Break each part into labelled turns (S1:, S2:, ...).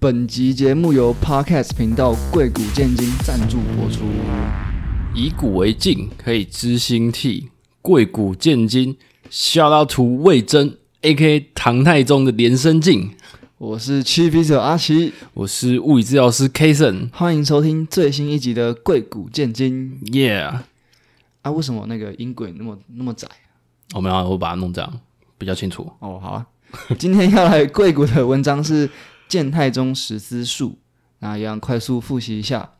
S1: 本集节目由 Podcast 频道“贵谷建金”赞助播出。
S2: 以古为镜，可以知兴替，贵古见今。笑到图魏征，A.K. 唐太宗的连身镜。
S1: 我是七皮者阿奇，
S2: 我是物理治疗师 Kason。
S1: 欢迎收听最新一集的《贵谷建金》。
S2: Yeah，
S1: 啊，为什么那个音轨那么那么窄？
S2: 我们要我把它弄这样比较清楚。
S1: 哦，好啊。今天要来贵谷的文章是《建太宗十思术》，那一样快速复习一下。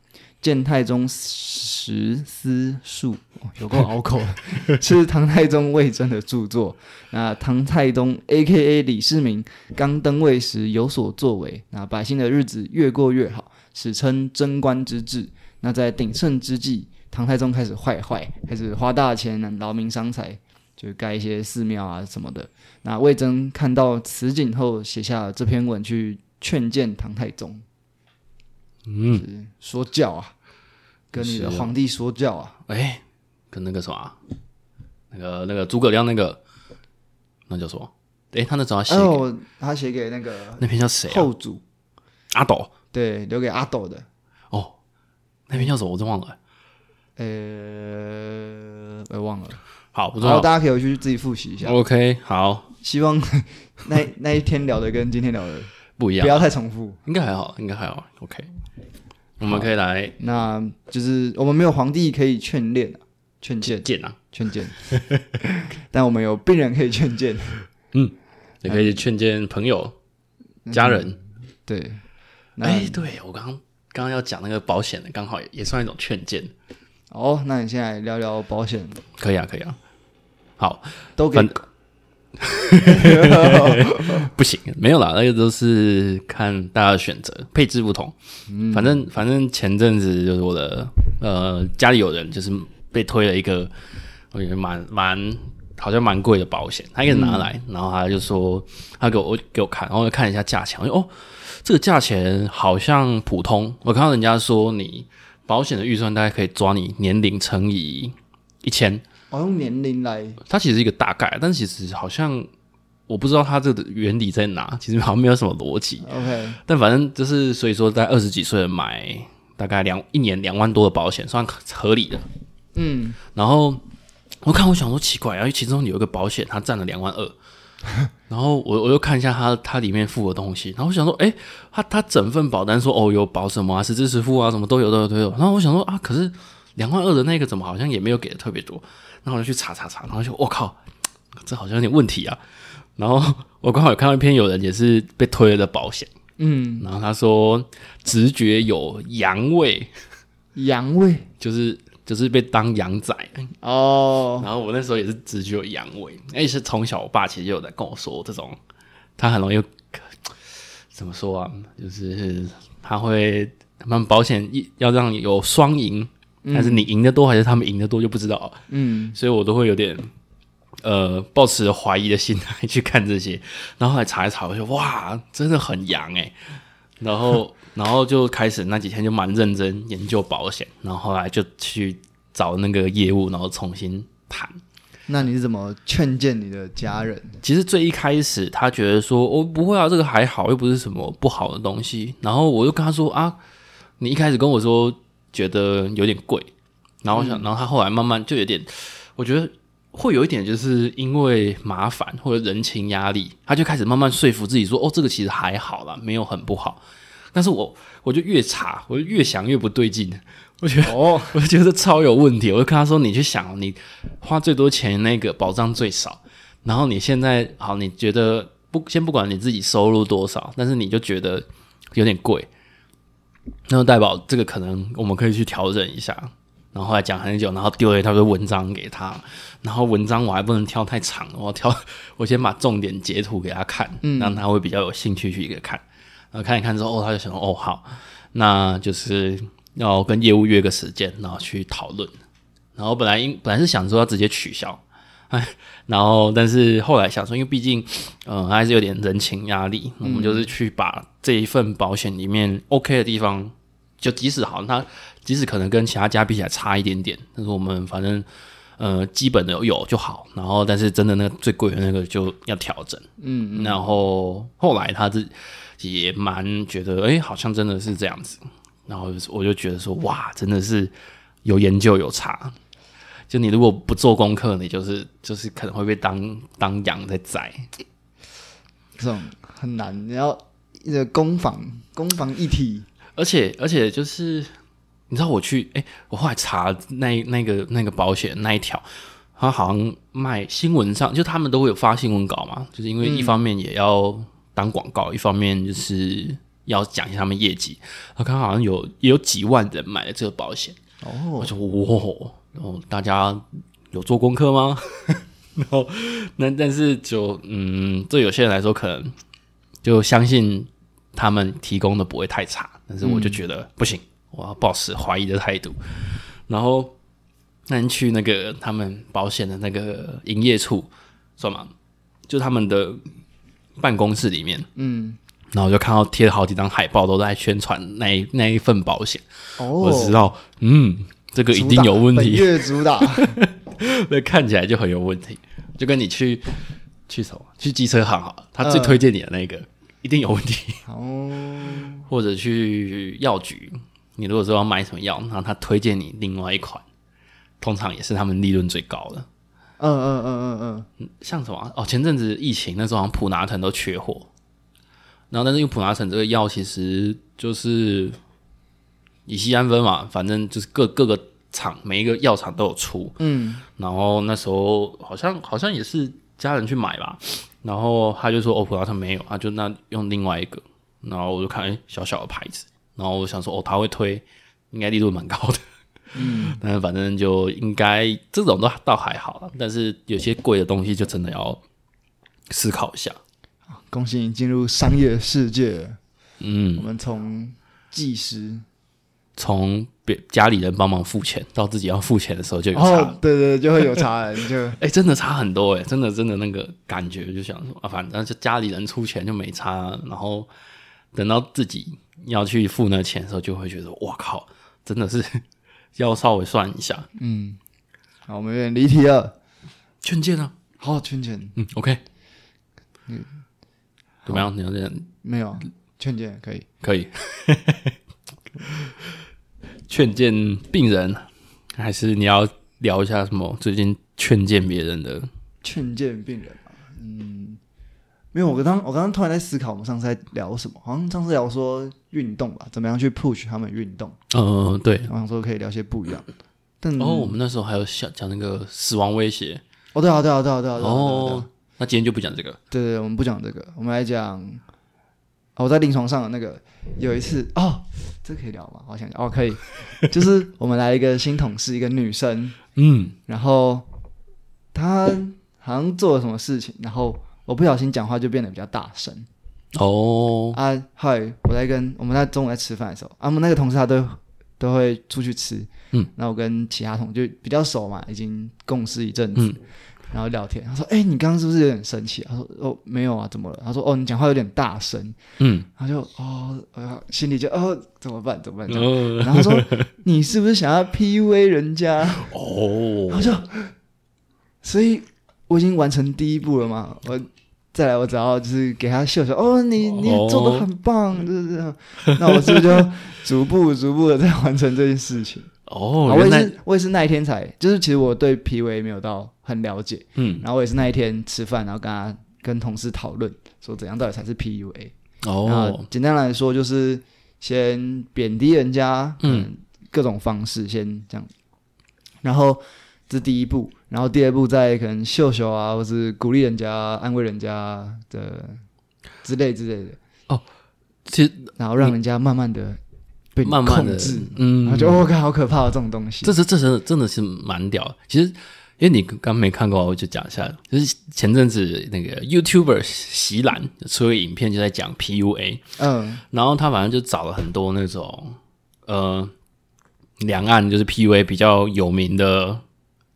S1: 建太宗十思术，哦有够拗口的， 是唐太宗魏征的著作。那唐太宗 （A.K.A. 李世民）刚登位时有所作为，那百姓的日子越过越好，史称贞观之治。那在鼎盛之际，唐太宗开始坏坏，开始花大钱劳民伤财，就盖一些寺庙啊什么的。那魏征看到此景后，写下了这篇文去劝谏唐太宗，
S2: 嗯，
S1: 就是说教啊，跟你的
S2: 是啊
S1: 皇帝说教啊。
S2: 哎、跟那个什么啊，那个那个诸葛亮那个，那叫什么？哎、他那时候写、
S1: 哦，他写给那个
S2: 那篇叫谁啊？
S1: 后主，
S2: 阿斗
S1: 对，留给阿斗的。
S2: 哦，那篇叫什么？我真忘了、
S1: 呃，我也忘了。
S2: 好，不重
S1: 然后
S2: 要。
S1: 大家可以回去自己复习一下。
S2: OK，好，
S1: 希望 那那一天聊的跟今天聊的
S2: 不一样
S1: 不，要太重复。
S2: 应该还好，应该还好。OK，我们可以来
S1: 那就是我们没有皇帝可以劝谏啊，劝谏，
S2: 见啊。
S1: 劝 谏。但我们有病人可以劝谏。
S2: 也可以劝谏朋友、家人。
S1: 对，那
S2: 哎、对我刚刚刚刚要讲那个保险的，刚好也也算一种劝谏。
S1: 哦，那你现在聊聊保险，
S2: 可以啊，可以啊。好，
S1: 都给
S2: 反 不行，没有啦，那个都是看大家的选择，配置不同。反正反正前阵子就是我的呃家里有人就是被推了一个，我觉得蛮蛮好像蛮贵的保险，他一个人拿来，然后他就说他给我我给我看，然后我就看了一下价钱，我就哦这个价钱好像普通，我看到人家说你保险的预算大概可以抓你年龄乘以一千，
S1: 哦用年龄来，
S2: 它其实是一个大概，但其实好像我不知道它这个原理在哪，其实好像没有什么逻辑。
S1: OK，
S2: 但反正就是，所以说在二十几岁买大概两一年两万多的保险，算合理的。
S1: 嗯，
S2: 然后我看我想说奇怪，然后其中有一个保险它占了两万二，然后我我又看一下它它里面附的东西，然后我想说，哎，它它整份保单说哦有保什么啊，实支实付啊，什么都有都有都有。然后我想说啊，可是两万二的那个怎么好像也没有给的特别多，然后我就去查查查，然后就我、靠，这好像有点问题啊。然后我刚好有看到一篇有人也是被推了的保险，
S1: 嗯，
S2: 然后他说直觉有阳痿，
S1: 阳痿
S2: 就是就是被当羊仔，
S1: 哦，
S2: 然后我那时候也是直觉有阳痿，而且是从小我爸其实就有在跟我说，这种他很容易怎么说啊，就是他会他们保险一要让你有双赢，但是你赢得多还是他们赢得多就不知道，
S1: 嗯，
S2: 所以我都会有点呃抱持着怀疑的心态去看这些，然后后来查一查，我就哇，真的很阳哎、然后 然后就开始那几天就蛮认真研究保险，然后后来就去找那个业务，然后重新谈。
S1: 那你是怎么劝谏你的家人？
S2: 其实最一开始他觉得说，哦，不会啊，这个还好，又不是什么不好的东西。然后我就跟他说啊，你一开始跟我说觉得有点贵，然后我想，然后他后来慢慢就有点，我觉得会有一点就是因为麻烦或者人情压力，他就开始慢慢说服自己说，哦，这个其实还好啦，没有很不好。但是我我就越查，我就越想越不对劲，我觉得
S1: 哦，
S2: 我就觉得超有问题。我就跟他说：“你去想，你花最多钱那个保障最少，然后你现在好，你觉得不先不管你自己收入多少，但是你就觉得有点贵，那就代表这个可能我们可以去调整一下。”然后后来讲很久，然后丢了一大堆文章给他，然后文章我还不能挑太长，我挑 我先把重点截图给他看，让他会比较有兴趣去一个看。然后看一看之后，哦，他就想说哦好，那就是要跟业务约个时间，然后去讨论。然后本来应本来是想说要直接取消，哎，然后但是后来想说，因为毕竟，嗯、还是有点人情压力，我们就是去把这一份保险里面 OK 的地方，就即使好，它即使可能跟其他家比起来差一点点，但是我们反正呃基本的有就好，然后但是真的那个最贵的那个就要调整。嗯然后后来他自己也蛮觉得，哎、好像真的是这样子。然后我就觉得说，哇，真的是有研究有差。就你如果不做功课，你就是就是可能会被当当羊在宰。
S1: 这种很难，你要一个攻防攻防一体，
S2: 而且而且就是，你知道我去，哎、我后来查那那个那个保险那一条，它好像卖新闻上，就他们都会有发新闻稿嘛，就是因为一方面也要当广告，一方面就是要讲一下他们业绩。我看好像有也有几万人买了这个保险，哦，我就哇，然后大家有做功课吗？ 然后那但是就嗯，对有些人来说可能就相信他们提供的不会太差，但是我就觉得、不行，我要保持怀疑的态度。然后那你去那个他们保险的那个营业处，算吗？就他们的办公室里面，嗯，然后我就看到贴了好几张海报，都在宣传那一那一份保险。
S1: 哦，
S2: 我知道，嗯，这个一定有问
S1: 本
S2: 题，
S1: 月主打
S2: 那看起来就很有问题。就跟你去去什么去机车行好了，他最推荐你的那个、
S1: 嗯
S2: 一定有问题。
S1: 哦，
S2: 或者去药局，你如果说要买什么药，然后他推荐你另外一款，通常也是他们利润最高的。
S1: 嗯嗯嗯嗯嗯，
S2: 像什么啊哦，前阵子疫情那时候，好像普拿疼都缺货，然后但是因为普拿疼这个药其实就是乙酰氨酚嘛，反正就是各各个厂每一个药厂都有出，嗯，然后那时候好像好像也是家人去买吧，然后他就说哦普拿疼没有，他就那用另外一个，然后我就看哎小小的牌子，然后我想说哦他会推，应该利润蛮高的。但是反正就应该这种都倒还好了，但是有些贵的东西就真的要思考一下。
S1: 恭喜你进入商业世界了。我
S2: 嗯，
S1: 们从技师
S2: 从别家里人帮忙付钱到自己要付钱的时候就有差。哎、
S1: 哦，对对，对就会有差了，你就
S2: 真的差很多哎、真的真的那个感觉就想说啊，反正就家里人出钱就没差，然后等到自己要去付那钱的时候，就会觉得哇靠，真的是 要稍微算一下。
S1: 好，我们有点离题了。哦
S2: 劝诫呢？
S1: 好，圈圈
S2: 嗯，OK，嗯，怎么样？你要这样
S1: 没有圈圈可以，
S2: 可以。 劝谏病人，还是你要聊一下什么最近劝谏别人的？
S1: 劝谏病人嘛，嗯，没有，我刚刚我刚刚突然在思考，我们上次在聊什么？好像上次聊说运动吧，怎么样去 push 他们运动？
S2: 呃，对。
S1: 我想说可以聊些不一样，但
S2: 哦，我们那时候还有想讲那个死亡威胁。
S1: 哦，对啊，对啊，对啊，对啊，对啊对啊对啊
S2: 哦，那今天就不讲这个。
S1: 对对，对我们不讲这个，我们来讲。哦，我在临床上的那个有一次哦，这可以聊吗？我想想，哦，可以，就是我们来一个新同事，一个女生，
S2: 嗯，
S1: 然后她好像做了什么事情，然后我不小心讲话就变得比较大声
S2: 哦，
S1: 啊。后来我在跟我们在中午在吃饭的时候，啊，我们那个同事他都都会出去吃，
S2: 嗯，
S1: 然后我跟其他同就比较熟嘛，已经共事一阵子，
S2: 嗯
S1: 然后聊天，他说：“哎、你刚刚是不是有点生气？”他说：“哦，没有啊，怎么了？”他说：“哦，你讲话有点大声。
S2: 嗯，”
S1: 他就哦，呃心里就哦，怎么办？怎么办？怎么
S2: 哦
S1: 办然后他 说：“你是不是想要 PUA 人家？”
S2: 哦，
S1: 我就，所以我已经完成第一步了嘛，我再来，我只要就是给他秀秀，哦，你你
S2: 哦
S1: 做的很棒，就是这样。那我是不是就逐步逐步的在完成这件事情？啊
S2: 哦，
S1: 我
S2: 原
S1: 也
S2: 来，
S1: 是，我也是那一天才，就是其实我对 P V 没有到很了解，
S2: 嗯，
S1: 然后我也是那一天吃饭，然后跟他跟同事讨论说怎样到底才是 P U A。然后
S2: 哦，
S1: 简单来说就是先贬低人家，
S2: 嗯
S1: 嗯，各种方式先这样，然后这是第一步，然后第二步再可能秀秀啊，或是鼓励人家、安慰人家的之类之类的，
S2: 其实
S1: 然后让人家慢慢的被你
S2: 慢慢的
S1: 控制，，然后
S2: 嗯，
S1: 就我看好可怕的这种东西，
S2: 这是这真的真的是蛮屌的。其实，因为你刚没看过，我就讲一下。就是前阵子那个 YouTuber 席兰出了一个影片，就在讲 PUA，
S1: 嗯
S2: 然后他反正就找了很多那种呃两岸就是 PUA 比较有名的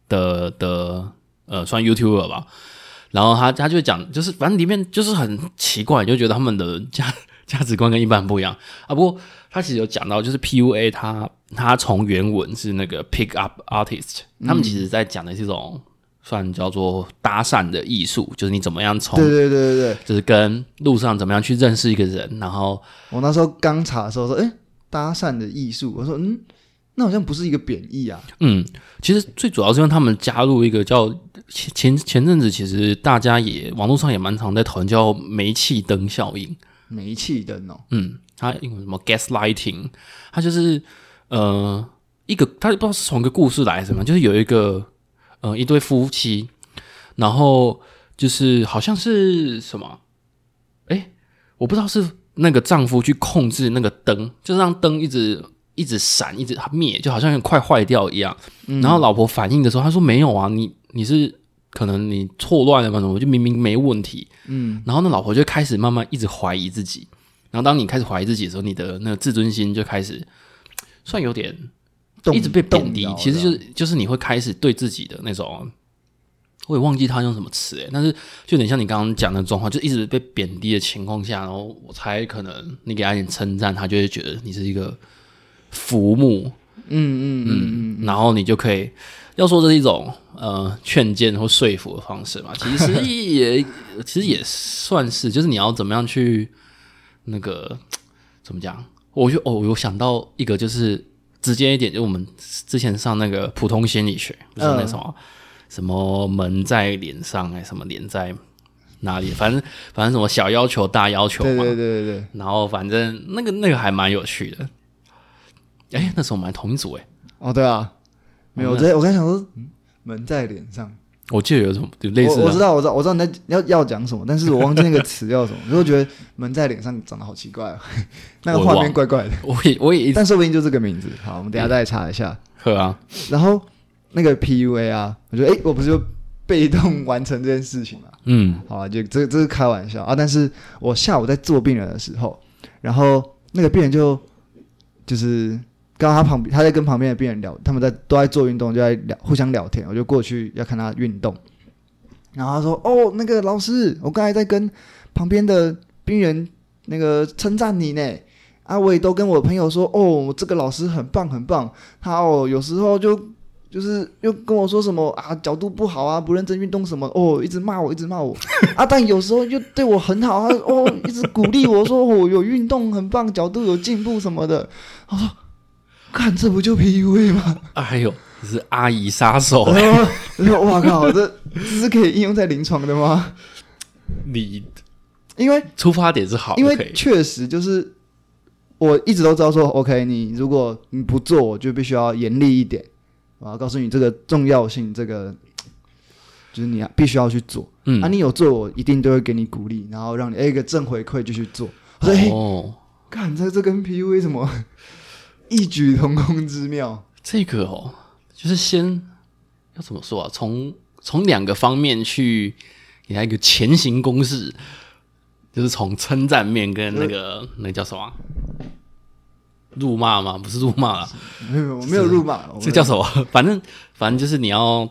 S2: 的的呃算 YouTuber 吧。然后他他就讲，就是反正里面就是很奇怪，你就觉得他们的家价值观跟一般人不一样啊。不过他其实有讲到，就是 PUA 他他从原文是那个 pick up artist，他们其实在讲的是一种算叫做搭讪的艺术，就是你怎么样从
S1: 对对对对对，
S2: 就是跟路上怎么样去认识一个人，然后
S1: 我那时候刚查的时候说，哎，搭讪的艺术，我说嗯，那好像不是一个贬义啊。
S2: 嗯，其实最主要是因为他们加入一个叫前前前阵子，其实大家也网络上也蛮常在讨论叫煤气灯效应。
S1: 煤气灯哦，
S2: 嗯，它英文什么 gaslighting，它就是呃一个，它不知道是从一个故事来还是什么，就是有一个呃一对夫妻，然后就是好像是什么，哎，我不知道是那个丈夫去控制那个灯，就是让灯一直。一直闪，一直灭，就好像快坏掉一样。然后老婆反应的时候，她说：“没有啊，你你是可能你错乱了嘛？什么？就明明没问题。”嗯。然后呢，老婆就开始慢慢一直怀疑自己。然后当你开始怀疑自己的时候，你的那个自尊心就开始算有点
S1: 动
S2: 一直被贬低
S1: 动摇，
S2: 其实
S1: 的
S2: 就是就是你会开始对自己的那种，我也忘记他用什么词诶，但是就有点像你刚刚讲的状况，就一直被贬低的情况下，然后我猜可能你给他一点称赞，他就会觉得你是一个浮木，
S1: 嗯嗯嗯嗯，
S2: 嗯，然后你就可以要说这是一种呃劝谏或说服的方式 嘛，其实也其实也算是，就是你要怎么样去那个怎么讲？我就哦，我有想到一个，就是直接一点，就我们之前上那个普通心理学，就是那什
S1: 嗯
S2: 么、什么门在脸上，哎，什么脸在哪里，反正反正什么小要求大要求嘛，
S1: 对对对对对，
S2: 然后反正那个那个还蛮有趣的。哎，那时候我们还同一组哎，
S1: 哦对啊，没有，我在我刚想说，嗯门在脸上，
S2: 我记得有什么有类似
S1: 我我
S2: 的
S1: 知道我知道我知道你在要要讲什么，但是我忘记那个词叫什么， 所以我觉得门在脸上长得好奇怪哦， 那个
S2: 我也
S1: 画
S2: 忘
S1: 面
S2: 了
S1: 怪怪的，
S2: 我也我也一直
S1: 但说不定就这个名字。好，我们等一下再查一下。
S2: 喝啊，
S1: 然后那个 PUA 啊，我觉得诶，我不是就被动完成这件事情嘛？
S2: 嗯
S1: 好啊，就这这是开玩笑啊。但是我下午在做病人的时候，然后那个病人就就是刚刚他旁边他在跟旁边的病人聊，他们在都在做运动，就在聊互相聊天。我就过去要看他运动，然后他说：“哦，那个老师，我刚才在跟旁边的病人那个称赞你呢。”啊，我也都跟我朋友说，哦，这个老师很棒很棒，他哦有时候就就是又跟我说什么啊，角度不好啊，不认真运动什么哦，一直骂我，一直骂我啊。但有时候又对我很好啊， 哦，一直鼓励我说我、哦、有运动很棒，角度有进步什么的。我说，看这不就 PUA 吗？
S2: 哎呦，这是阿姨杀手
S1: 我，说，我说哇靠，这这是可以应用在临床的吗？
S2: 你
S1: 因为
S2: 出发点是好就
S1: 因
S2: 可
S1: 为
S2: 以，
S1: 确实就是我一直都知道说，OK，你如果你不做，我就必须要严厉一点，我要告诉你这个重要性，这个就是你必须要去做。啊，
S2: 嗯，
S1: 你有做，我一定都会给你鼓励，然后让你哎、一个正回馈就去做。我说，哎、
S2: 哦，
S1: 看这这跟 PUA 什么异曲同工之妙？
S2: 这个哦，就是先要怎么说啊？从从两个方面去给他一个前行公式，就是从称赞面跟那
S1: 呃
S2: 个那个叫什么啊辱骂吗？不是辱骂啦，
S1: 没有，我没有辱骂，我
S2: 啊这叫什么？ 反正反正就是你要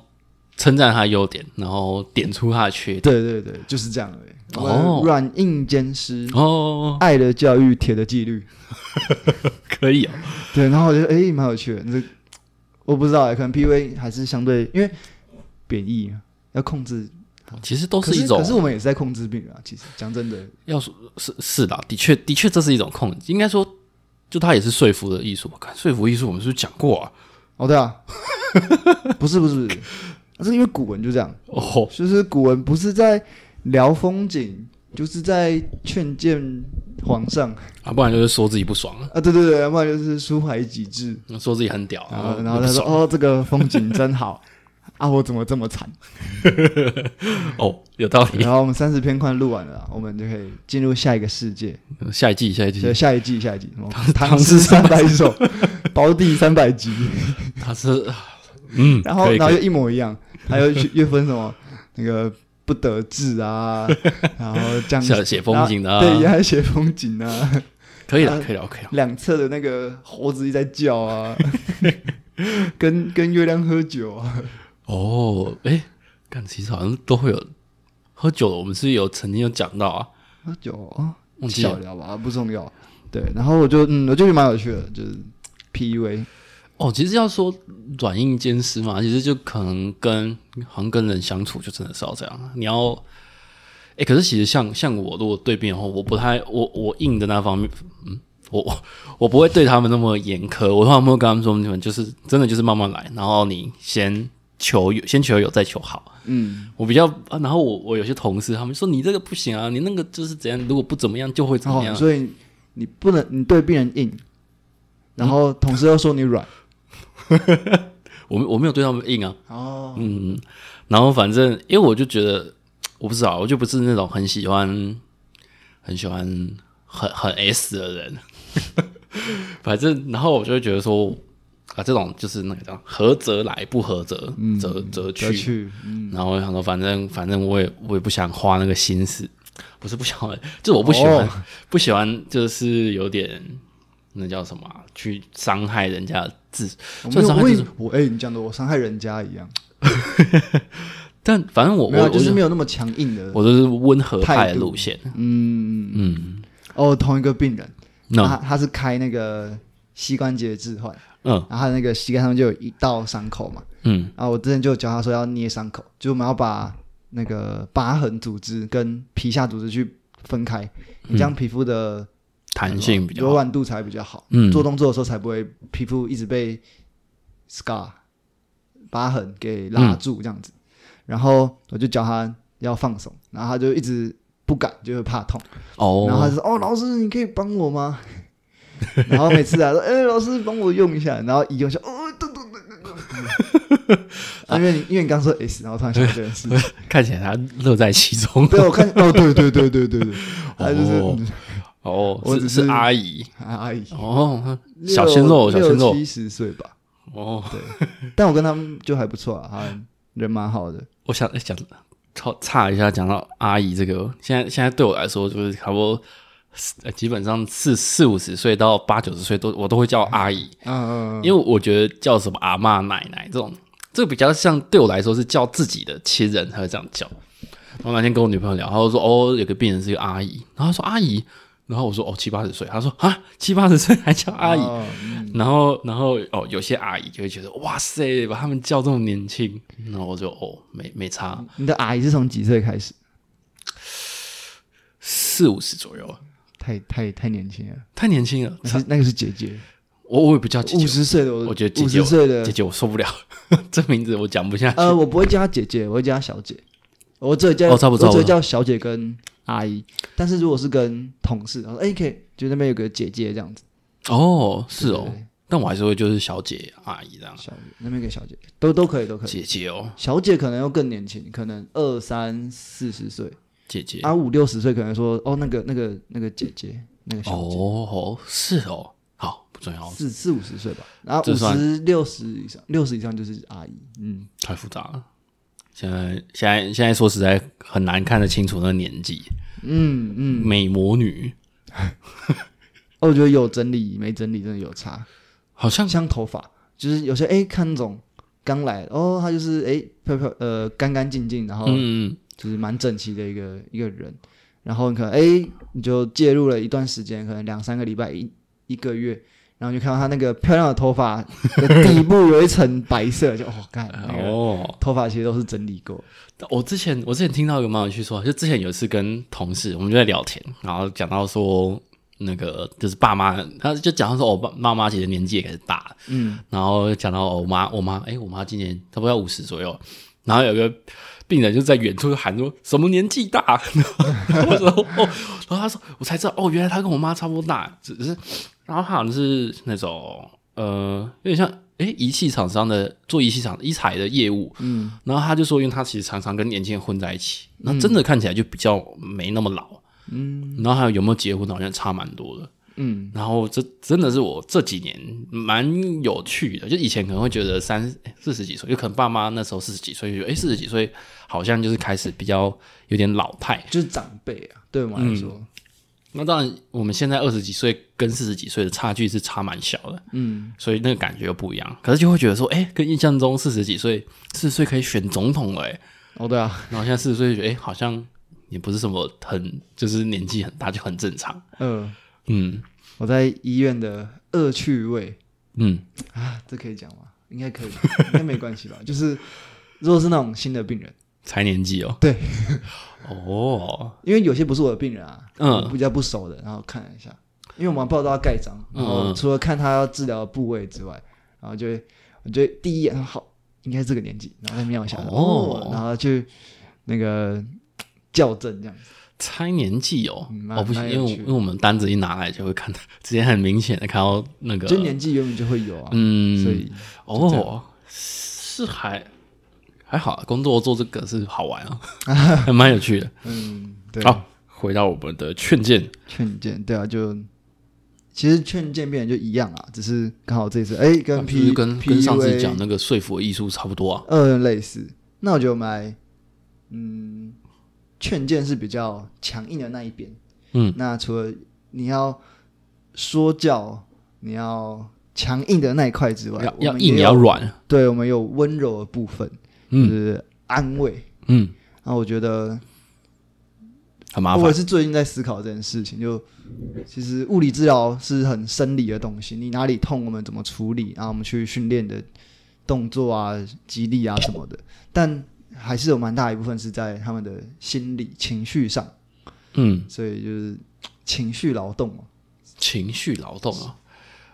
S2: 称赞他的优点，然后点出他的缺点。
S1: 对对对，就是这样而已。我们
S2: 哦
S1: 软硬兼施，
S2: 哦，
S1: 爱的教育，铁的纪律。
S2: 可以哦，
S1: 对，然后我觉得哎，诶蛮、有趣的。这我不知道、哎，可能 PUA 还是相对因为贬义啊，要控制，
S2: 其实都
S1: 可
S2: 是一种
S1: 可是我们也是在控制病人啊。其实讲真的，
S2: 要说是是的啊，的确的确，这是一种控制。应该说，就它也是说服的艺术吧。看说服艺术，我们是不是讲过啊？
S1: 哦对啊， 不是不是不是，那是因为古文就这样。
S2: 哦，
S1: 就是古文不是在聊风景，就是在劝谏皇上
S2: 啊，不然就是说自己不爽 啊，
S1: 啊，对对对，要不然就是抒怀己志，
S2: 说自己很屌，
S1: 然后
S2: 你
S1: 然后
S2: 不
S1: 他说
S2: 爽
S1: 哦，这个风景真 好啊，我怎么这么惨？
S2: 哦，有道理。
S1: 然后我们三十篇快录完了啊，我们就可以进入下一个世界，
S2: 下一季，下一
S1: 对，
S2: 季，
S1: 下一季下一季什么唐
S2: 唐
S1: 诗
S2: 诗
S1: 三百首，包地三百集，
S2: 他啊是 嗯，
S1: 然后
S2: 可以
S1: 然后
S2: 可
S1: 又
S2: 以
S1: 一模一样，还有去又分什么那个不得志啊，然后这样
S2: 写写风景的啊，
S1: 对，也还写风景 啊。
S2: 可以了，可以了，可以了。
S1: 两侧的那个猴子一直在叫啊， 跟跟月亮喝酒啊，
S2: 哦，哎，看，其实好像都会有喝酒了，我们是有曾经有讲到啊，
S1: 喝酒哦，
S2: 忘记
S1: 小
S2: 了
S1: 聊吧，不重要。对，然后我就嗯，我就觉得蛮有趣的，就是 PUA。
S2: 哦。其实要说软硬兼施嘛，其实就可能跟好像跟人相处就真的是要这样。啊你要，哎、可是其实像像我如果对别人的话，我不太我我硬的那方面，嗯，我我我不会对他们那么严苛，我通常会跟他们说，你们就是真的就是慢慢来，然后你先求有，先求有再求好。
S1: 嗯，
S2: 我比较，啊然后我我有些同事他们说你这个不行啊，你那个就是怎样，如果不怎么样就会怎
S1: 然
S2: 么
S1: 后、
S2: 样。啊
S1: 哦所以你不能你对病人硬，然后同事又说你软。
S2: 我没我没有对他们硬啊，
S1: 哦，
S2: 嗯，然后反正因为我就觉得我不知道，我就不是那种很喜欢很喜欢很很 S 的人， 反正然后我就会觉得说啊，这种就是那个叫合则来，不合则则则去
S1: 得。嗯去，嗯，
S2: 然后我想说，反正反正我也我也不想花那个心思，不是不想花，就是我不喜欢、
S1: 哦
S2: 不喜欢，就是有点那叫什么啊、去伤害人家的自
S1: 我
S2: 所以伤害
S1: 没
S2: 就
S1: 有
S2: 是
S1: 为我哎、你讲的我伤害人家一样，
S2: 但反正我
S1: 没有
S2: 我
S1: 啊，就是
S2: 我
S1: 没有那么强硬的。
S2: 我都是温和派
S1: 态
S2: 的
S1: 度
S2: 路线，
S1: 嗯，
S2: 嗯，
S1: 哦，同一个病人，
S2: 那、
S1: 他他是开那个膝关节置换，
S2: 嗯
S1: 然后他那个膝盖上就有一道伤口嘛，
S2: 嗯
S1: 然后我之前就教他说要捏伤口，就我们要把那个疤痕组织跟皮下组织去分开，你这样皮肤的
S2: 弹性比较
S1: 柔
S2: 好，
S1: 软度才比较好，
S2: 嗯
S1: 做动作的时候才不会皮肤一直被 scar 疤痕给拉住这样子。然后我就教他要放松，然后他就一直不敢，就是怕痛。然后他
S2: 哦，
S1: 就说：“哦，老师，你可以帮我吗？” 然后每次来说：“哎、老师，帮我用一下。”然后一用下，哦，噔噔噔噔噔。啊因为你因为你刚说 S，然后突然想到这件事情，
S2: 看起来他乐在其中
S1: 对，我看哦，对对对对对对， 他就是、
S2: 哦
S1: 嗯
S2: 哦，
S1: 我
S2: 是
S1: 只是
S2: 是阿姨
S1: 啊阿姨，
S2: 哦，小鲜肉小
S1: 六
S2: 鲜肉
S1: 七十岁吧，
S2: 哦，
S1: 但我跟他们就还不错啊，他人蛮好的。
S2: 我想想超差一下，讲到阿姨这个，现在现在对我来说就是差不多，呃基本上四四五十岁到八九十岁都我都会叫阿姨，
S1: 嗯，
S2: 因为我觉得叫什么阿嬷奶奶这种，这个比较像对我来说是叫自己的亲人才会这样叫。然后那天跟我女朋友聊，她就说哦，有个病人是一个阿姨，然后她说阿姨，然后我说哦七八十岁，她说啊七八十岁还叫阿姨，
S1: 哦嗯
S2: 然后，然后哦，有些阿姨就会觉得哇塞，把他们叫这么年轻，然后我就哦，没没差，
S1: 你的阿姨是从几岁开始？
S2: 四五十左右，
S1: 太太太年轻了，
S2: 太年轻了，
S1: 那是那个是姐姐，
S2: 我我也不叫姐
S1: 五
S2: 姐，
S1: 十岁的我，
S2: 我觉得姐
S1: 五
S2: 姐
S1: 十
S2: 我
S1: 岁的
S2: 姐姐我受不了， 这名字我讲不下去。
S1: 呃，我不会叫她姐姐，我会叫她小姐。我只有叫，
S2: 哦差不
S1: 我只
S2: 多差不多
S1: 有叫小姐跟阿姨。但是如果是跟同事，然后哎、可以，就那边有个姐姐这样子，
S2: 哦，是哦，
S1: 对对对
S2: 但我还是会就是小姐阿姨这样，
S1: 小姐那边有个小姐，都都可以，都可以。
S2: 姐姐哦，
S1: 小姐可能又更年轻，可能二三四十岁，
S2: 姐姐
S1: 啊五六十岁可能说哦那个那个那个姐姐那个
S2: 哦
S1: 小姐，
S2: 哦是哦，好不重要，
S1: 四四五十岁吧，然后
S2: 这
S1: 五
S2: 算
S1: 十六十以上，六十以上就是阿姨。嗯，
S2: 太复杂了。现在现在现在说实在很难看得清楚那个年纪，
S1: 嗯嗯，
S2: 美魔女
S1: 哦我觉得有整理没整理真的有差。
S2: 好像
S1: 像头发，就是有些哎看那种刚来哦，他就是哎漂漂呃干干净净，然后
S2: 嗯。
S1: 就是蛮整齐的一个一个人，然后你可能哎你就介入了一段时间，可能两三个礼拜一一个月。然后你就看到他那个漂亮的头发的底部有一层白色，就哦， 干，那个
S2: 哦，
S1: 头发其实都是整理过，
S2: 我之前我之前听到一个蛮有趣说法，就之前有一次跟同事我们就在聊天，然后讲到说那个就是爸妈，他就讲到说我、哦爸妈妈其实年纪也开始大了，
S1: 嗯，
S2: 然后讲到哦我妈我妈，诶，我妈今年差不多要五十左右，然后有个病人就在远处就喊说什么年纪大， 然后我说哦，然后他说我才知道哦，原来他跟我妈差不多大，只是然后他好像是那种呃有点像诶仪器厂商的做仪器厂医材的业务，嗯，然后他就说，因为他其实常常跟年轻人混在一起，那真的看起来就比较没那么老，嗯，然后还有有没有结婚好像差蛮多的，
S1: 嗯，
S2: 然后这真的是我这几年蛮有趣的，就以前可能会觉得三诶四十几岁，有可能爸妈那时候四十几岁就觉得，哎，四十几岁好像就是开始比较有点老态。
S1: 就是长辈啊，对我们来说，
S2: 那当然，我们现在二十几岁跟四十几岁的差距是差蛮小的，
S1: 嗯，
S2: 所以那个感觉又不一样。可是就会觉得说，哎，跟印象中四十几岁，四十岁可以选总统了，哎，
S1: 哦对啊，
S2: 然后现在四十岁就觉得，哎，好像也不是什么很，就是年纪很大就很正常。
S1: 呃，
S2: 嗯
S1: 我在医院的恶趣味
S2: 嗯
S1: 啊，这可以讲吗？应该可以，应该没关系吧？ 就是如果是那种新的病人，
S2: 才年纪哦。
S1: 对，
S2: 哦，
S1: 因为有些不是我的病人啊，
S2: 嗯
S1: 我比较不熟的，然后看了一下，因为我们报道要盖章，
S2: 嗯
S1: 然后除了看他要治疗的部位之外，然后就会我觉得第一眼好，应该是这个年纪，然后再瞄一下，
S2: 哦
S1: 然后去那个校正这样子，
S2: 猜年纪哦
S1: 嗯，蛮
S2: 哦不行，
S1: 蛮
S2: 因为
S1: 有
S2: 我
S1: 趣的
S2: 因为我们单子一拿来就会看到，直接很明显的看到那个，
S1: 就年纪原本就会有啊，
S2: 啊嗯，
S1: 所以就这
S2: 哦，是还还好啊，工作做这个是好玩啊， 还蛮有趣的。
S1: 嗯，对，
S2: 好，回到我们的劝谏，
S1: 劝谏，对啊，就其实劝谏别人就一样啊，只是刚好这次哎跟
S2: 啊就是
S1: P
S2: 跟
S1: P
S2: 跟上次讲那个说服的艺术差不多啊。
S1: 呃类似，那我就买嗯劝谏是比较强硬的那一边，
S2: 嗯，
S1: 那除了你要说教，你要强硬的那一块之外，
S2: 要
S1: 我
S2: 要
S1: 们
S2: 硬
S1: 也
S2: 也
S1: 有
S2: 要软，
S1: 对我们有温柔的部分，就
S2: 嗯
S1: 是安慰。
S2: 嗯，
S1: 那我觉得
S2: 很麻
S1: 我也
S2: 烦。
S1: 是最近在思考这件事情，就其实物理治疗是很生理的东西，你哪里痛，我们怎么处理，然后我们去训练的动作啊、肌力啊什么的，但还是有蛮大一部分是在他们的心理情绪上，
S2: 嗯，
S1: 所以就是情绪劳动嘛。
S2: 情绪劳动啊，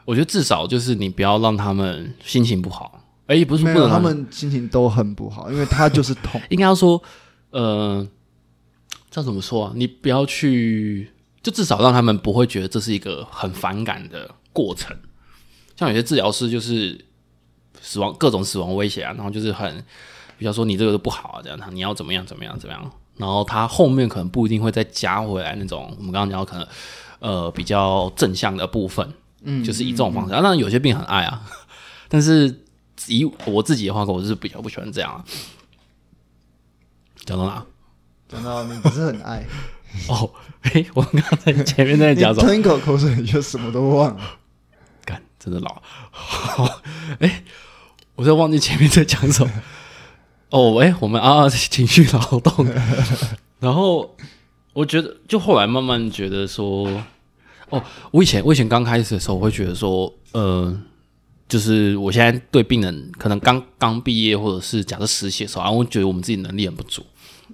S2: 我觉得至少就是你不要让他们心情不好。哎，不是
S1: 没
S2: 不
S1: 有，
S2: 能
S1: 他
S2: 让。
S1: 们心情都很不好，因为他就是痛
S2: 应该要说，呃，这样怎么说啊？你不要去，就至少让他们不会觉得这是一个很反感的过程。像有些治疗师就是呃死亡各种死亡威胁啊，然后就是很比较说你这个都不好啊，这样他你要怎么样怎么样怎么样，然后他后面可能不一定会再加回来那种我们刚刚讲到可能呃比较正向的部分，
S1: 嗯，
S2: 就是以这种方式。啊当然有些病很爱啊，但是以我自己的话，我是比较不喜欢这样、啊。讲到哪？
S1: 讲到你不是很爱，
S2: 哦，诶，我刚刚在前面在
S1: 你
S2: 讲什么？
S1: 吞一口口水你就什么都忘了。
S2: 干，真的老。好， 诶，我在忘记前面在讲什么。哦，诶，我们啊，情绪劳动。 然后我觉得，就后来慢慢觉得说，哦，我以前我以前刚开始的时候，我会觉得说，呃，就是我现在对病人可能刚刚毕业，或者是假设实习的时候，啊，我觉得我们自己能力很不足，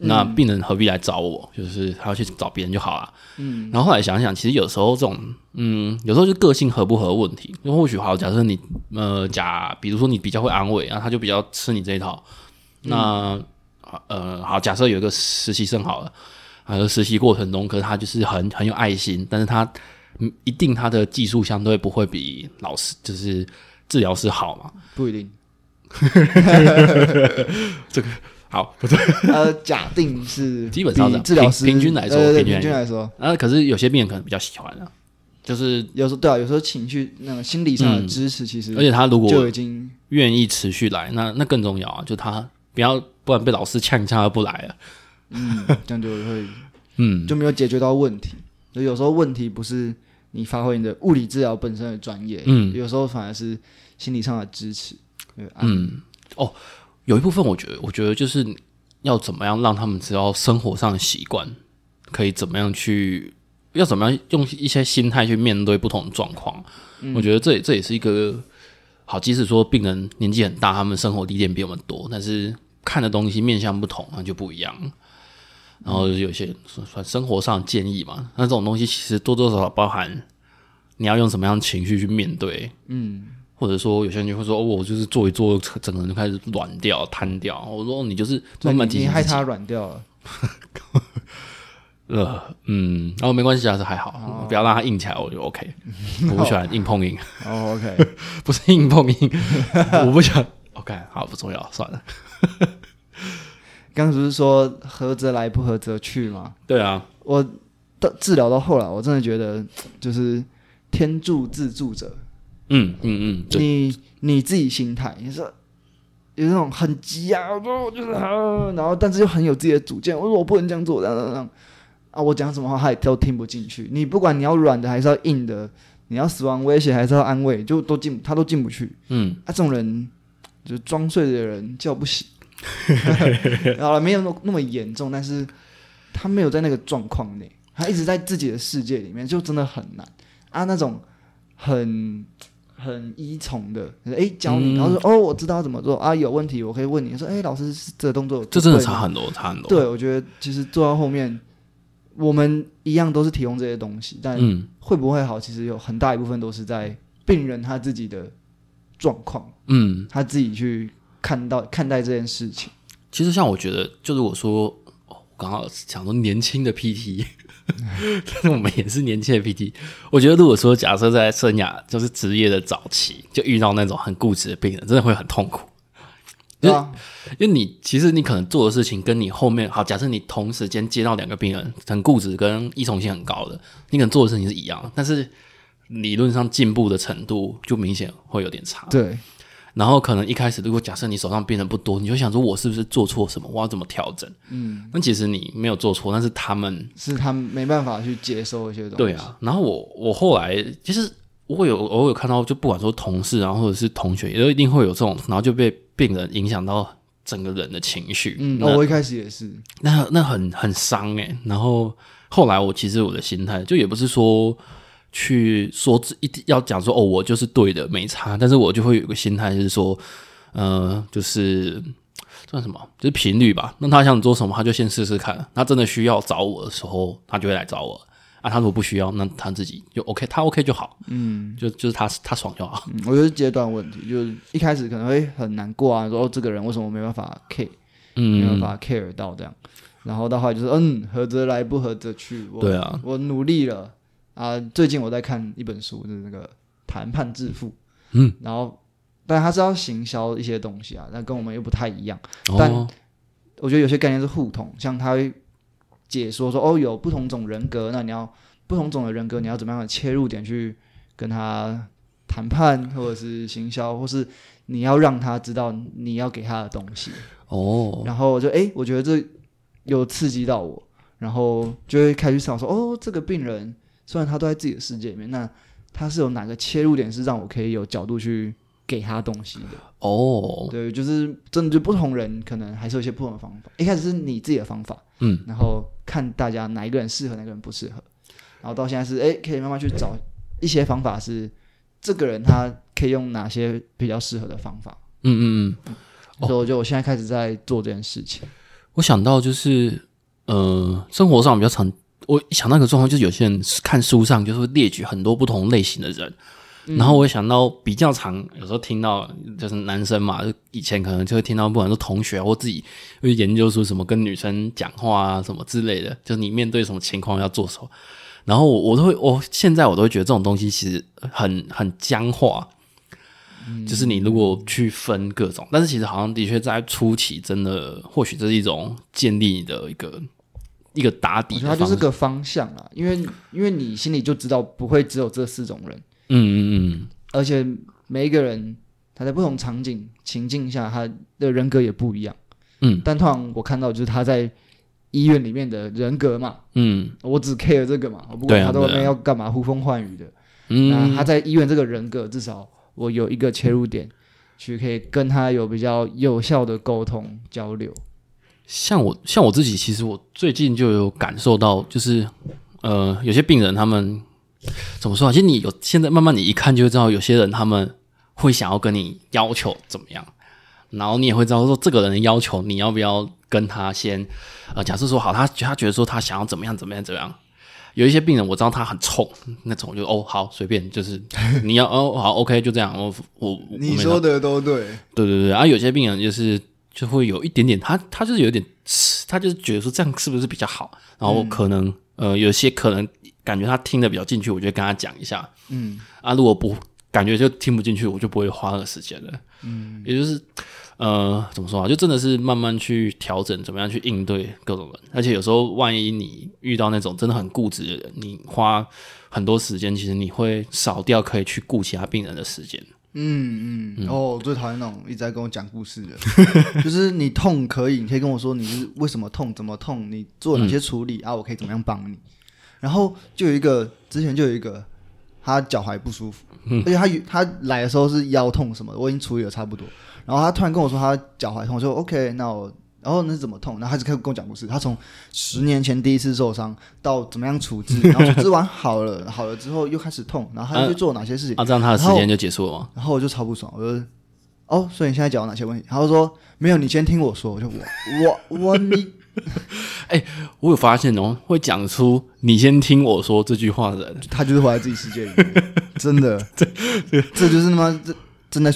S2: 那病人何必来找我？就是他要去找别人就好了。嗯，然后后来想想，其实有时候这种，嗯，有时候就个性合不合的问题。就或许好，假设你呃，假比如说你比较会安慰，然、啊后他就比较吃你这一套。那、呃，好，假设有一个实习生好了，啊，实习过程中，可是他就是很很有爱心，但是他嗯一定他的技术相对不会比老师就是治疗师好嘛？
S1: 不一定，
S2: 好，不对，
S1: 呃，假定是
S2: 基本上是
S1: 比治疗师
S2: 平平均来说
S1: 对对对
S2: 平
S1: 平
S2: 均
S1: 均
S2: 来
S1: 来说，
S2: 然后可是有些病人可能比较喜欢啊，就是
S1: 有时候对啊，有时候情绪那种心理上的支持，其实
S2: 嗯而且他如果
S1: 嗯就已经
S2: 愿意持续来，那那更重要啊，就他不要不然被老师呛一呛他不来啊了。
S1: 嗯，这样就会
S2: 嗯，
S1: 就没有解决到问题。就有时候问题不是你发挥你的物理治疗本身的专业，
S2: 嗯
S1: 有时候反而是心理上的支持。对啊
S2: 嗯，哦，有一部分我觉得，我觉得就是要怎么样让他们知道生活上的习惯，可以怎么样去，要怎么样用一些心态去面对不同的状况。我觉得这也这也是一个好，即使说病人年纪很大，他们生活历练比我们多，但是看的东西面向不同，那就不一样。然后有些算算生活上的建议嘛，那这种东西其实多多少少包含你要用什么样的情绪去面对，或者说有些人就会说，哦、我就是做一做，整个人就开始软掉、瘫掉。我说、哦你就是
S1: 所
S2: 慢
S1: 以
S2: 慢
S1: 你
S2: 提
S1: 你
S2: 醒
S1: 害
S2: 自己
S1: 他软掉了，
S2: 呃，嗯，然、后没关系啊，是还好，不要让他硬起来，我就 OK。我不喜欢硬碰硬，
S1: 哦，OK，
S2: 不是硬碰硬，我不喜欢。OK，好，不重要，算了。
S1: 刚刚不是说合则来，不合则去吗？
S2: 对啊，
S1: 我到治疗到后来，我真的觉得就是天助自助者，
S2: 嗯嗯嗯，对，
S1: 你你自己心态，你说有那种很急啊，我说我就是啊，然后但是又很有自己的主见，我说我不能这样做，这样这样这样啊，我讲什么话他也都听不进去。你不管你要软的还是要硬的，你要死亡威胁还是要安慰，就都进他都进不去。
S2: 嗯，
S1: 啊，这种人就是 装睡的人叫不醒。好了，没有那么那么严重，但是他没有在那个状况内，他一直在自己的世界里面，就真的很难啊。那种很很依从的，哎，教你，
S2: 嗯
S1: 然后说哦，我知道怎么做啊，有问题我可以问你，说哎，老师是这个动作我
S2: 这真的
S1: 对吗
S2: 差很多，差很多。，
S1: 对，我觉得其实做到后面，我们一样都是提供这些东西，但
S2: 嗯
S1: 会不会好，其实有很大一部分都是在病人他自己的状况，
S2: 嗯，
S1: 他自己去看到看待这件事情。
S2: 其实像我觉得，就是我说，哦我刚好想说年轻的 PT，但是我们也是年轻的 PT。我觉得如果说假设在生涯就是职业的早期就遇到那种很固执的病人，真的会很痛苦。
S1: 对啊，
S2: 因为你其实你可能做的事情跟你后面好，假设你同时间接到两个病人，很固执跟依从性很高的，你可能做的事情是一样的，但是理论上进步的程度就明显会有点差。
S1: 对，
S2: 然后可能一开始，如果假设你手上病人不多，你就想说我是不是做错什么，我要怎么调整？嗯，那其实你没有做错，但是他们
S1: 是他们没办法去接受一些东西。
S2: 对，啊。然后我我后来其实我有偶尔看到，就不管说同事啊，或者是同学，也都一定会有这种，然后就被病人影响到整个人的情绪。
S1: 嗯，
S2: 那
S1: 哦我一开始也是，
S2: 那那很很伤哎、然后后来我其实我的心态就也不是说去说自一定要讲说哦我就是对的没差，但是我就会有个心态就是说，呃，就是算什么就是频率吧。那他想做什么他就先试试看，他真的需要找我的时候他就会来找我。啊，他如果不需要，那他自己就 OK，他 OK 就好，嗯，就就是他他爽就好，
S1: 嗯，我就是阶段问题，就是一开始可能会很难过啊，说哦，这个人为什么没办法 care，、没办
S2: 嗯，
S1: 法 care 到这样，然后到后来就是嗯，合则来，不合则去，我
S2: 对啊，
S1: 我努力了啊！最近我在看一本书，就是那个《谈判致富》，
S2: 嗯，
S1: 然后但它是要行销一些东西啊，那跟我们又不太一样。但
S2: 哦，
S1: 我觉得有些概念是互通，像它会解说说哦，有不同种人格，那你要不同种的人格，你要怎么样的切入点去跟他谈判，或者是行销，或是你要让他知道你要给他的东西。
S2: 哦，
S1: 然后我就哎、诶我觉得这有刺激到我，然后就会开始想说，哦，这个病人虽然他都在自己的世界里面，那他是有哪个切入点是让我可以有角度去给他东西的？
S2: 哦，
S1: 对，就是真的就不同人可能还是有一些不同的方法。一开始是你自己的方法，
S2: 嗯，
S1: 然后看大家哪一个人适合，哪一个人不适合，然后到现在是哎、诶可以慢慢去找一些方法是这个人他可以用哪些比较适合的方法。
S2: 嗯嗯嗯，哦
S1: 所以我觉得我现在开始在做这件事情。
S2: 我想到就是，呃，生活上比较常，我一想到一个状况，就是有些人看书上就是会列举很多不同类型的人，然后我也想到比较常有时候听到就是男生嘛，就以前可能就会听到，不管是同学啊或自己会研究出什么跟女生讲话啊什么之类的，就是你面对什么情况要做什么。然后我我都会，我现在我都会觉得这种东西其实很很僵化，就是你如果去分各种，但是其实好像的确在初期，真的或许这是一种建立你的一个一个打
S1: 我
S2: 底
S1: 觉得
S2: 的
S1: 它
S2: 方式。
S1: 就是个方向啦，因为因为你心里就知道不会只有这四种人，
S2: 嗯嗯嗯，
S1: 而且每一个人他在不同场景情境下，他的人格也不一样。
S2: 嗯，
S1: 但通常我看到就是他在医院里面的人格嘛，
S2: 嗯
S1: 我只 care 这个嘛，我不
S2: 对
S1: 管他
S2: 啊
S1: 在外
S2: 对
S1: 面
S2: 啊
S1: 要干嘛呼风唤雨的。那
S2: 嗯，
S1: 他在医院这个人格，至少我有一个切入点，去可以跟他有比较有效的沟通交流。
S2: 像我像我自己，其实我最近就有感受到，就是呃，有些病人他们怎么说啊？其实你有现在慢慢你一看就会知道，有些人他们会想要跟你要求怎么样，然后你也会知道说这个人的要求你要不要跟他先呃，假设说好，他他觉得说他想要怎么样怎么样怎么样。有一些病人我知道他很冲，那种我就哦好随便，就是你要哦好 OK 就这样，我我我没办法
S1: 的都对，
S2: 对对对，啊，有些病人就是就会有一点点，他他就是有点，他就是觉得说这样是不是比较好？然后可能、呃，有些可能感觉他听得比较进去，我就跟他讲一下
S1: 嗯，
S2: 啊。如果不感觉就听不进去，我就不会花那个时间了。嗯，也就是呃，怎么说啊？就真的是慢慢去调整，怎么样去应对各种人。而且有时候万一你遇到那种真的很固执的人，你花很多时间，其实你会少掉可以去顾其他病人的时间。
S3: 嗯嗯，哦，我最讨厌那种一直在跟我讲故事的， 就是你痛可以，你可以跟我说你是为什么痛，怎么痛，你做哪些处理、啊，我可以怎么样帮你。然后就有一个之前就有一个，他脚踝不舒服，而且他有他来的时候是腰痛什么的，我已经处理的差不多。然后他突然跟我说他脚踝痛，我说 OK，那我
S1: 然后那是怎么痛？然后他就开始跟我讲故事，他从十年前第一次受伤到怎么样处置，然后处置完好了，好了之后又开始痛，然后他又去做哪些事情，
S2: 啊，这样他的时间就结束了吗？
S1: 然后我就超不爽，我就哦，所以你现在讲我哪些问题？他就说没有，你先听我说，我就我我我你
S2: 我有发现哦，会讲出“你先听我说”这句话的人，
S1: 他就是活在自己世界里面，真 的，这这就是他妈这真的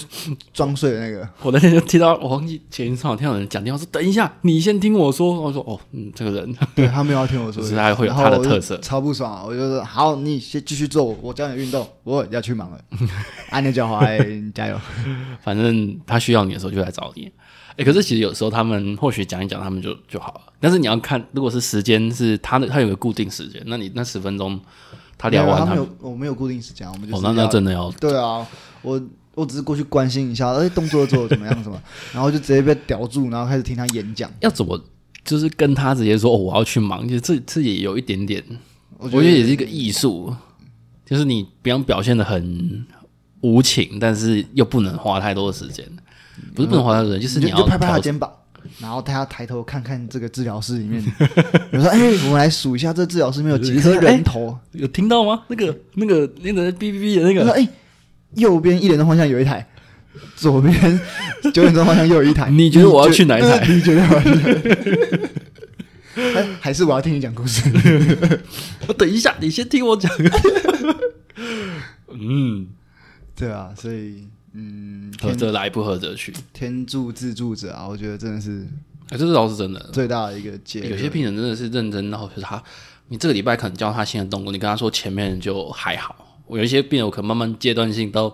S1: 装睡的那 个。
S2: 我那天就听到，我忘记前一次我听到有人讲电话说：“等一下，你先听我说。”我说：“哦，嗯，这个人
S1: 对他没有要听我说的，
S2: 就是他会有他的特色
S1: 然后我就超不爽。啊我就说好，你先继续做，我教你运动，我要去 忙了。按你的脚踝，哎你加油。
S2: 反正他需要你的时候就来找你。哎、可是其实有时候他们或许讲一讲，他们就就好了。但是你要看，如果是时间是他的，他有个固定时间，那你那十分钟 他聊
S1: 没有
S2: 完
S1: 他
S2: 他
S1: 没
S2: 们，
S1: 有，我没有固定时间，啊我们就
S2: 哦，
S1: 是
S2: 那那
S1: 要
S2: 真的要
S1: 对啊，我我只是过去关心一下，哎，动作做的怎么样，什么，然后就直接被叼住，然后开始听他演讲。
S2: 要怎么，就是跟他直接说、哦、我要去忙，其实这这也有一点点，我
S1: 我
S2: 觉得也是一个艺术，就是你不要表现的很无情，但是又不能花太多的时间，不是不能花太多的时间，就是
S1: 你
S2: 你
S1: 就
S2: 要
S1: 就拍拍他
S2: 调
S1: 的肩膀，然后带他抬头看看这个治疗室里 面，我说：“哎，我们来数一下这治疗室里面有几颗
S2: 哎
S1: 人头。
S2: 有听到吗？那个那个那个哔哔哔的那”
S1: 我说：“
S2: 个，
S1: 哎，右边一点钟方向有一台，左边 九点钟方向又有一台。”
S2: 你觉得我要去哪一台？
S1: 你觉得我要去哪 一台？哎还是我要听你讲故事？
S2: 我等一下，你先听我讲。 嗯，
S1: 对啊，所以嗯，
S2: 合
S1: 天
S2: 则来，不合则去，
S1: 天助自助者啊，我觉得真的是
S2: 哎，这倒是真的。
S1: 最大的一个结论。
S2: 有些病人真的是认真到，就是他，你这个礼拜可能教他新的动作，你跟他说前面就还好。我有一些病人，我可能慢慢阶段性到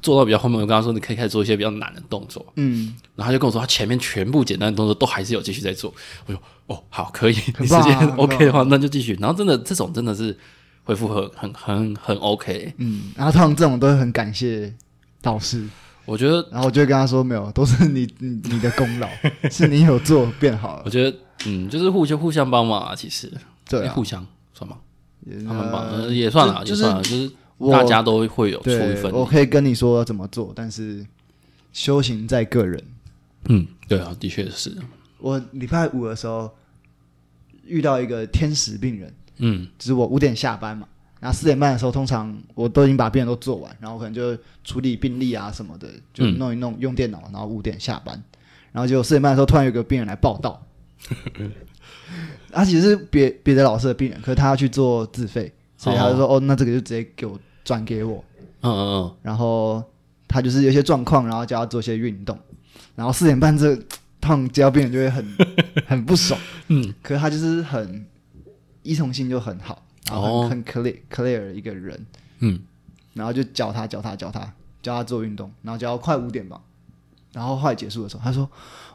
S2: 做到比较后面，我跟他说你可以开始做一些比较难的动作，
S1: 嗯，
S2: 然后他就跟我说他前面全部简单的动作都还是有继续在做。我说哦，好，可以，你
S1: 很
S2: 时
S1: 棒啊
S2: 间
S1: 很棒啊
S2: OK 的话，那就继续。然后真的这种真的是恢复很很很很 OK。
S1: 嗯，然后通常这种都会很感谢导师，
S2: 我觉得
S1: 然后我就会跟他说没有，都是你你你的功 劳，是你有做变好了
S2: 我。觉得，嗯，就是互相互相帮忙啊，其实
S1: 对
S2: 诶
S1: 啊，
S2: 互相算吗？他们帮、
S1: 呃
S2: 呃也算了，
S1: 就
S2: 也算了，就是
S1: 我
S2: 大家都会有出一
S1: 对，
S2: 份力。
S1: 我可以跟你说要怎么做，但是修行在个人。
S2: 嗯，对啊，的确是，
S1: 我礼拜五的时候遇到一个天使病人，
S2: 嗯
S1: 就是我五点下班嘛，然后四点半的时候，通常我都已经把病人都做完，然后我可能就处理病历啊什么的，就
S2: 嗯
S1: 弄一弄，用电脑，然后五点下班，然后结果四点半的时候，突然有个病人来报道，他其实是别别的老师的病人，可是他要去做自费，所以他就说哦那这个就直接给我转给我，
S2: 嗯嗯
S1: 然后他就是有一些状况，然后叫他做一些运动，然后四点半这趟接到病人就会很很 不爽，
S2: 嗯，
S1: 可是他就是很依从性就很好，然后
S2: 哦
S1: 很很 clear clear 的一个人，
S2: 嗯
S1: 然后就教他教他教他教他做运动，然后教到快五点吧，然后后来结束的时候，他说：“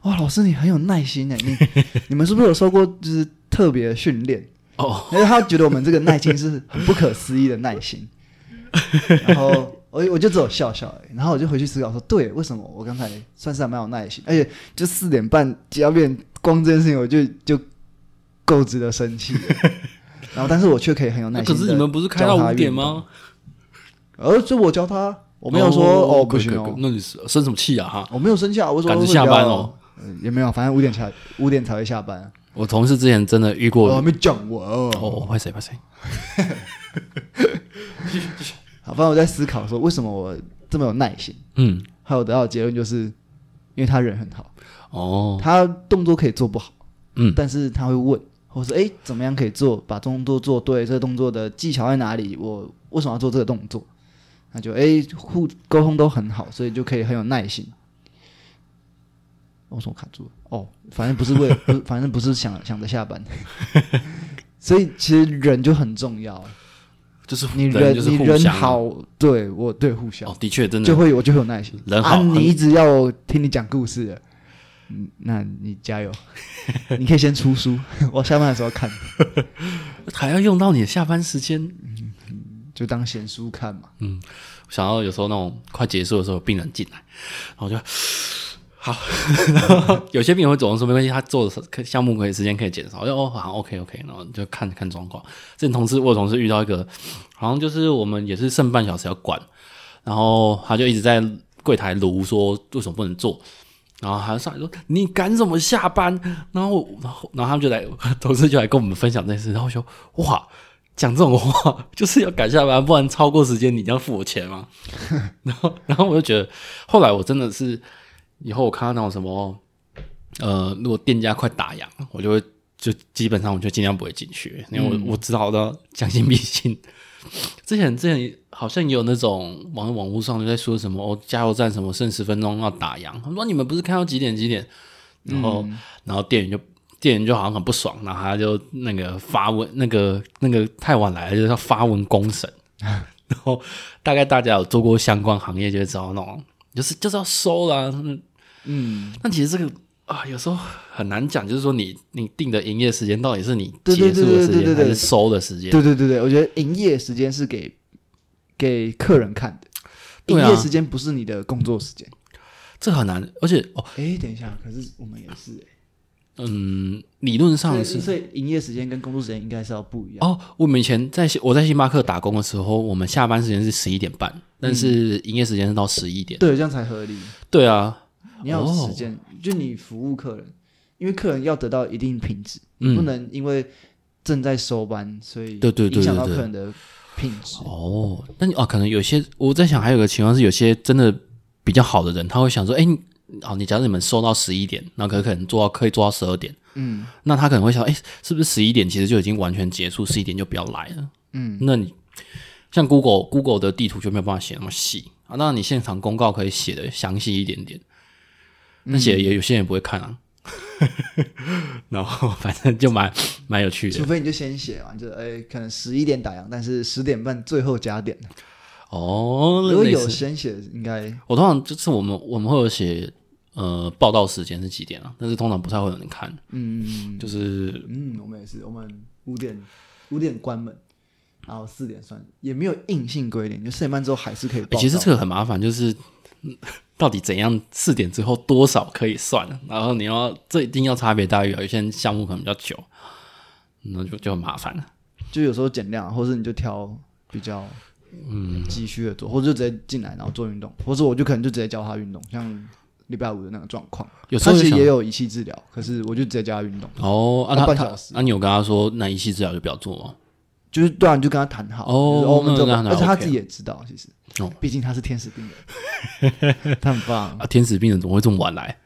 S1: 哇，老师你很有耐心哎，你 你们是不是有受过就是特别的训练？”
S2: 嗯，哦，
S1: 因为他觉得我们这个耐心是很不可思议的耐心。 然后我我就只有笑笑而已，然后我就回去思考说，对，为什么我刚才算是还蛮有耐心，而且就四点半接到变光这件事情，我就就够值得生气了。 然后，但是我却可以很有耐
S2: 那
S1: 心。
S2: 可是你们不是开到五点？吗？
S1: 呃，就我教他，我没有说哦不
S2: 可以
S1: 行
S2: 可以
S1: 哦，
S2: 那你是生什么气啊？哈，
S1: 我没有生气啊，我说
S2: 赶着
S1: 我
S2: 下班
S1: 教
S2: 哦
S1: 呃也没有，反正五点才五点才会下班。
S2: 我同事之前真的遇过，
S1: 我还
S2: 哦，
S1: 没讲完哦。
S2: 哦拍谁拍谁，
S1: 好，反正我在思考说，为什么我这么有耐心？
S2: 嗯，
S1: 还有得到的结论就是，因为他人很好，
S2: 哦，
S1: 他动作可以做不好，
S2: 嗯
S1: 但是他会问，或是诶怎么样可以做，把动作做对，这个动作的技巧在哪里？我为什么要做这个动作？那就诶互沟通都很好，所以就可以很有耐心。我说我卡住了，哦，反正不是为， 不是反正不是想想着下班，所以其实人就很重要。
S2: 就是
S1: 你
S2: 人就是
S1: 你
S2: 互
S1: 人
S2: 相啊
S1: 好，对我对互相
S2: 哦，的确真的
S1: 就会我就会有耐心。
S2: 人好
S1: 啊，
S2: 很
S1: 你一直要我听你讲故事的，嗯，那你加 油，你可以先出书， 我下班的时候看，
S2: 还要用到你的下班时间，
S1: 就当闲书看嘛。
S2: 想到有时候那种快结束的时候，病人进来，然后我就 好， 然后有些病人会主动说没关系，他做的可项目可以时间可以减少，我就哦好 OK OK，然后就看看状况。之前同事我有同事遇到一个，好像就是我们也是剩半小时要管，然后他就一直在柜台撸说为什么不能做，然后他上来说：“你赶什么下班？”然后我，然后，然后他们就来，同事就来跟我们分享这件事。然后我说：“哇，讲这种话 就是要赶下班，不然超过时间你要付我钱吗？”然后，然后我就觉得，后来我真的是，以后我看到那种什么，呃，如果店家快打烊，我就会就基本上我就尽量不会进去，因为我、我知道的将心比心。之前之前好像也有那种网网络上就在说什么哦，加油站什么剩十分钟要打烊，他说你们不是看到几点几点，然后、
S1: 嗯
S2: 然后店员就店员就好像很不爽，然后他就那个发文那个那个太晚来了就是要发文 公审，然后大概大家有做过相关行业就会知道那种就是就是要收啦，嗯嗯，但其实这个。啊，有时候很难讲，就是说你你定的营业时间到底是你
S1: 对
S2: 结
S1: 对
S2: 束
S1: 对
S2: 的
S1: 对
S2: 时
S1: 对对
S2: 间还
S1: 对
S2: 是收的时间？
S1: 对对对对，我觉得营业时间是给给客人看的，
S2: 对啊
S1: 营业时间不是你的工作时间。
S2: 这很难，而且哦，
S1: 哎，等一下，可是我们也是诶，
S2: 嗯，理论上
S1: 所以
S2: 是
S1: 所以营业时间跟工作时间应该是要不一样。
S2: 哦。我们以前在我在星巴克打工的时候，我们下班时间是十一点半，但是营业时间是到十一点。
S1: 对，这样才合理。
S2: 对啊，
S1: 你要有时间，
S2: 哦
S1: 就你服务客人，因为客人要得到一定品质，你不
S2: 嗯，
S1: 能因为正在收班，所以
S2: 对对对
S1: 影响到
S2: 对
S1: 客
S2: 对
S1: 人的品质。
S2: 哦，那你哦，可能有些我在想，还有个情况是，有些真的比较好的人，他会想说，哎，你哦，你假如你们收到十一点，那可可能做到可以做到十二点，
S1: 嗯
S2: 那他可能会想，哎，是不是十一点其实就已经完全结束，十一点就不要来了？
S1: 嗯，
S2: 那你像 Google Google 的地图就没有办法写那么细啊，那你现场公告可以写的详细一点点，
S1: 嗯
S2: 那写也有些人也不会看啊。 然后反正就蛮蛮有趣
S1: 除
S2: 的
S1: 非你就先写完，就哎，可能十一点打烊，但是十点半最后加点。
S2: 哦。
S1: 如果
S2: 类
S1: 有
S2: 似
S1: 先写，应该
S2: 我通常就是我们我们会有写呃报道时间是几点啊，但是通常不太会有人看，
S1: 嗯
S2: 就是
S1: 嗯，我们也是，我们五点五点关门，然后四点算，也没有硬性规定，就四点半之后还是可以报
S2: 欸
S1: 到。
S2: 其实这个很麻烦，就是 嗯到底怎样四点之后多少可以算，啊然后你要这一定要差别待遇啊，有些人项目可能比较久，那就就很麻烦了。
S1: 就有时候减量，或者你就挑比较嗯急需的做，或者就直接进来然后做运动，或者我就可能就直接教他运动，像礼拜五的那个状况，
S2: 有时
S1: 他
S2: 候
S1: 其实
S2: 就
S1: 也
S2: 想
S1: 有仪器治疗，可是我就直接教他运动，
S2: 哦，
S1: 要
S2: 啊他
S1: 半
S2: 他
S1: 小时
S2: 啊，你有跟他说那一期治疗就不要做哦吗？
S1: 就是对啊，你就跟他谈好，
S2: 哦
S1: 就是我们这
S2: 那那
S1: 而且他
S2: OK
S1: 自己也知道，其实
S2: 哦，
S1: 毕竟他是天使病 人，他很棒，
S2: 啊，天使病人怎么会这么晚来？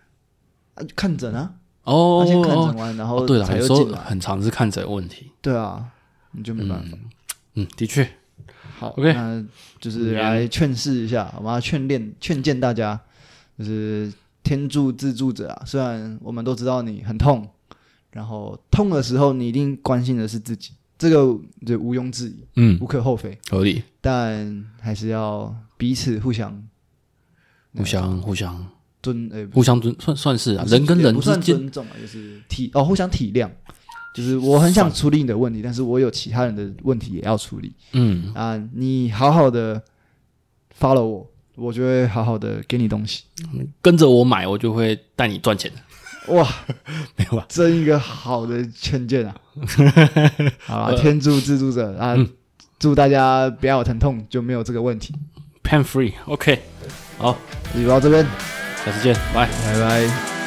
S1: 啊看诊啊，
S2: 哦
S1: 他，先看诊
S2: 哦
S1: 完，然
S2: 哦
S1: 后
S2: 对了，
S1: 才
S2: 有
S1: 又
S2: 时候
S1: 进来，
S2: 很常是看诊问题。
S1: 对啊，你就没办法。
S2: 嗯，的确，
S1: 好
S2: OK
S1: 那就是来劝示一下，我们要劝练劝谏大家，就是天助自助者啊。虽然我们都知道你很痛，然后痛的时候你一定关心的是自己，这个就毋庸置疑，
S2: 嗯，
S1: 无可厚非。
S2: 合理，
S1: 但还是要彼此互相
S2: 互相互相
S1: 尊，呃，
S2: 互相尊算算是啊
S1: 不，是
S2: 人跟
S1: 也
S2: 人
S1: 不
S2: 之
S1: 算
S2: 间
S1: 尊重啊，就是体哦，互相体谅。就是我很想处理你的问题，但是我有其他人的问题也要处理。
S2: 嗯，
S1: 啊，你好好的 follow 我，我就会好好的给你东西。
S2: 跟着我买，我就会带你赚钱。
S1: 哇，
S2: 没有吧？啊
S1: 真一个好的劝谏 啊！
S2: 呃
S1: 好了，天助自助者
S2: 嗯
S1: 啊，祝大家不要有疼痛，就没有这个问题。
S2: Pan free，OK，、好，
S1: 礼到这边，
S2: 下次见，拜。
S1: 拜拜。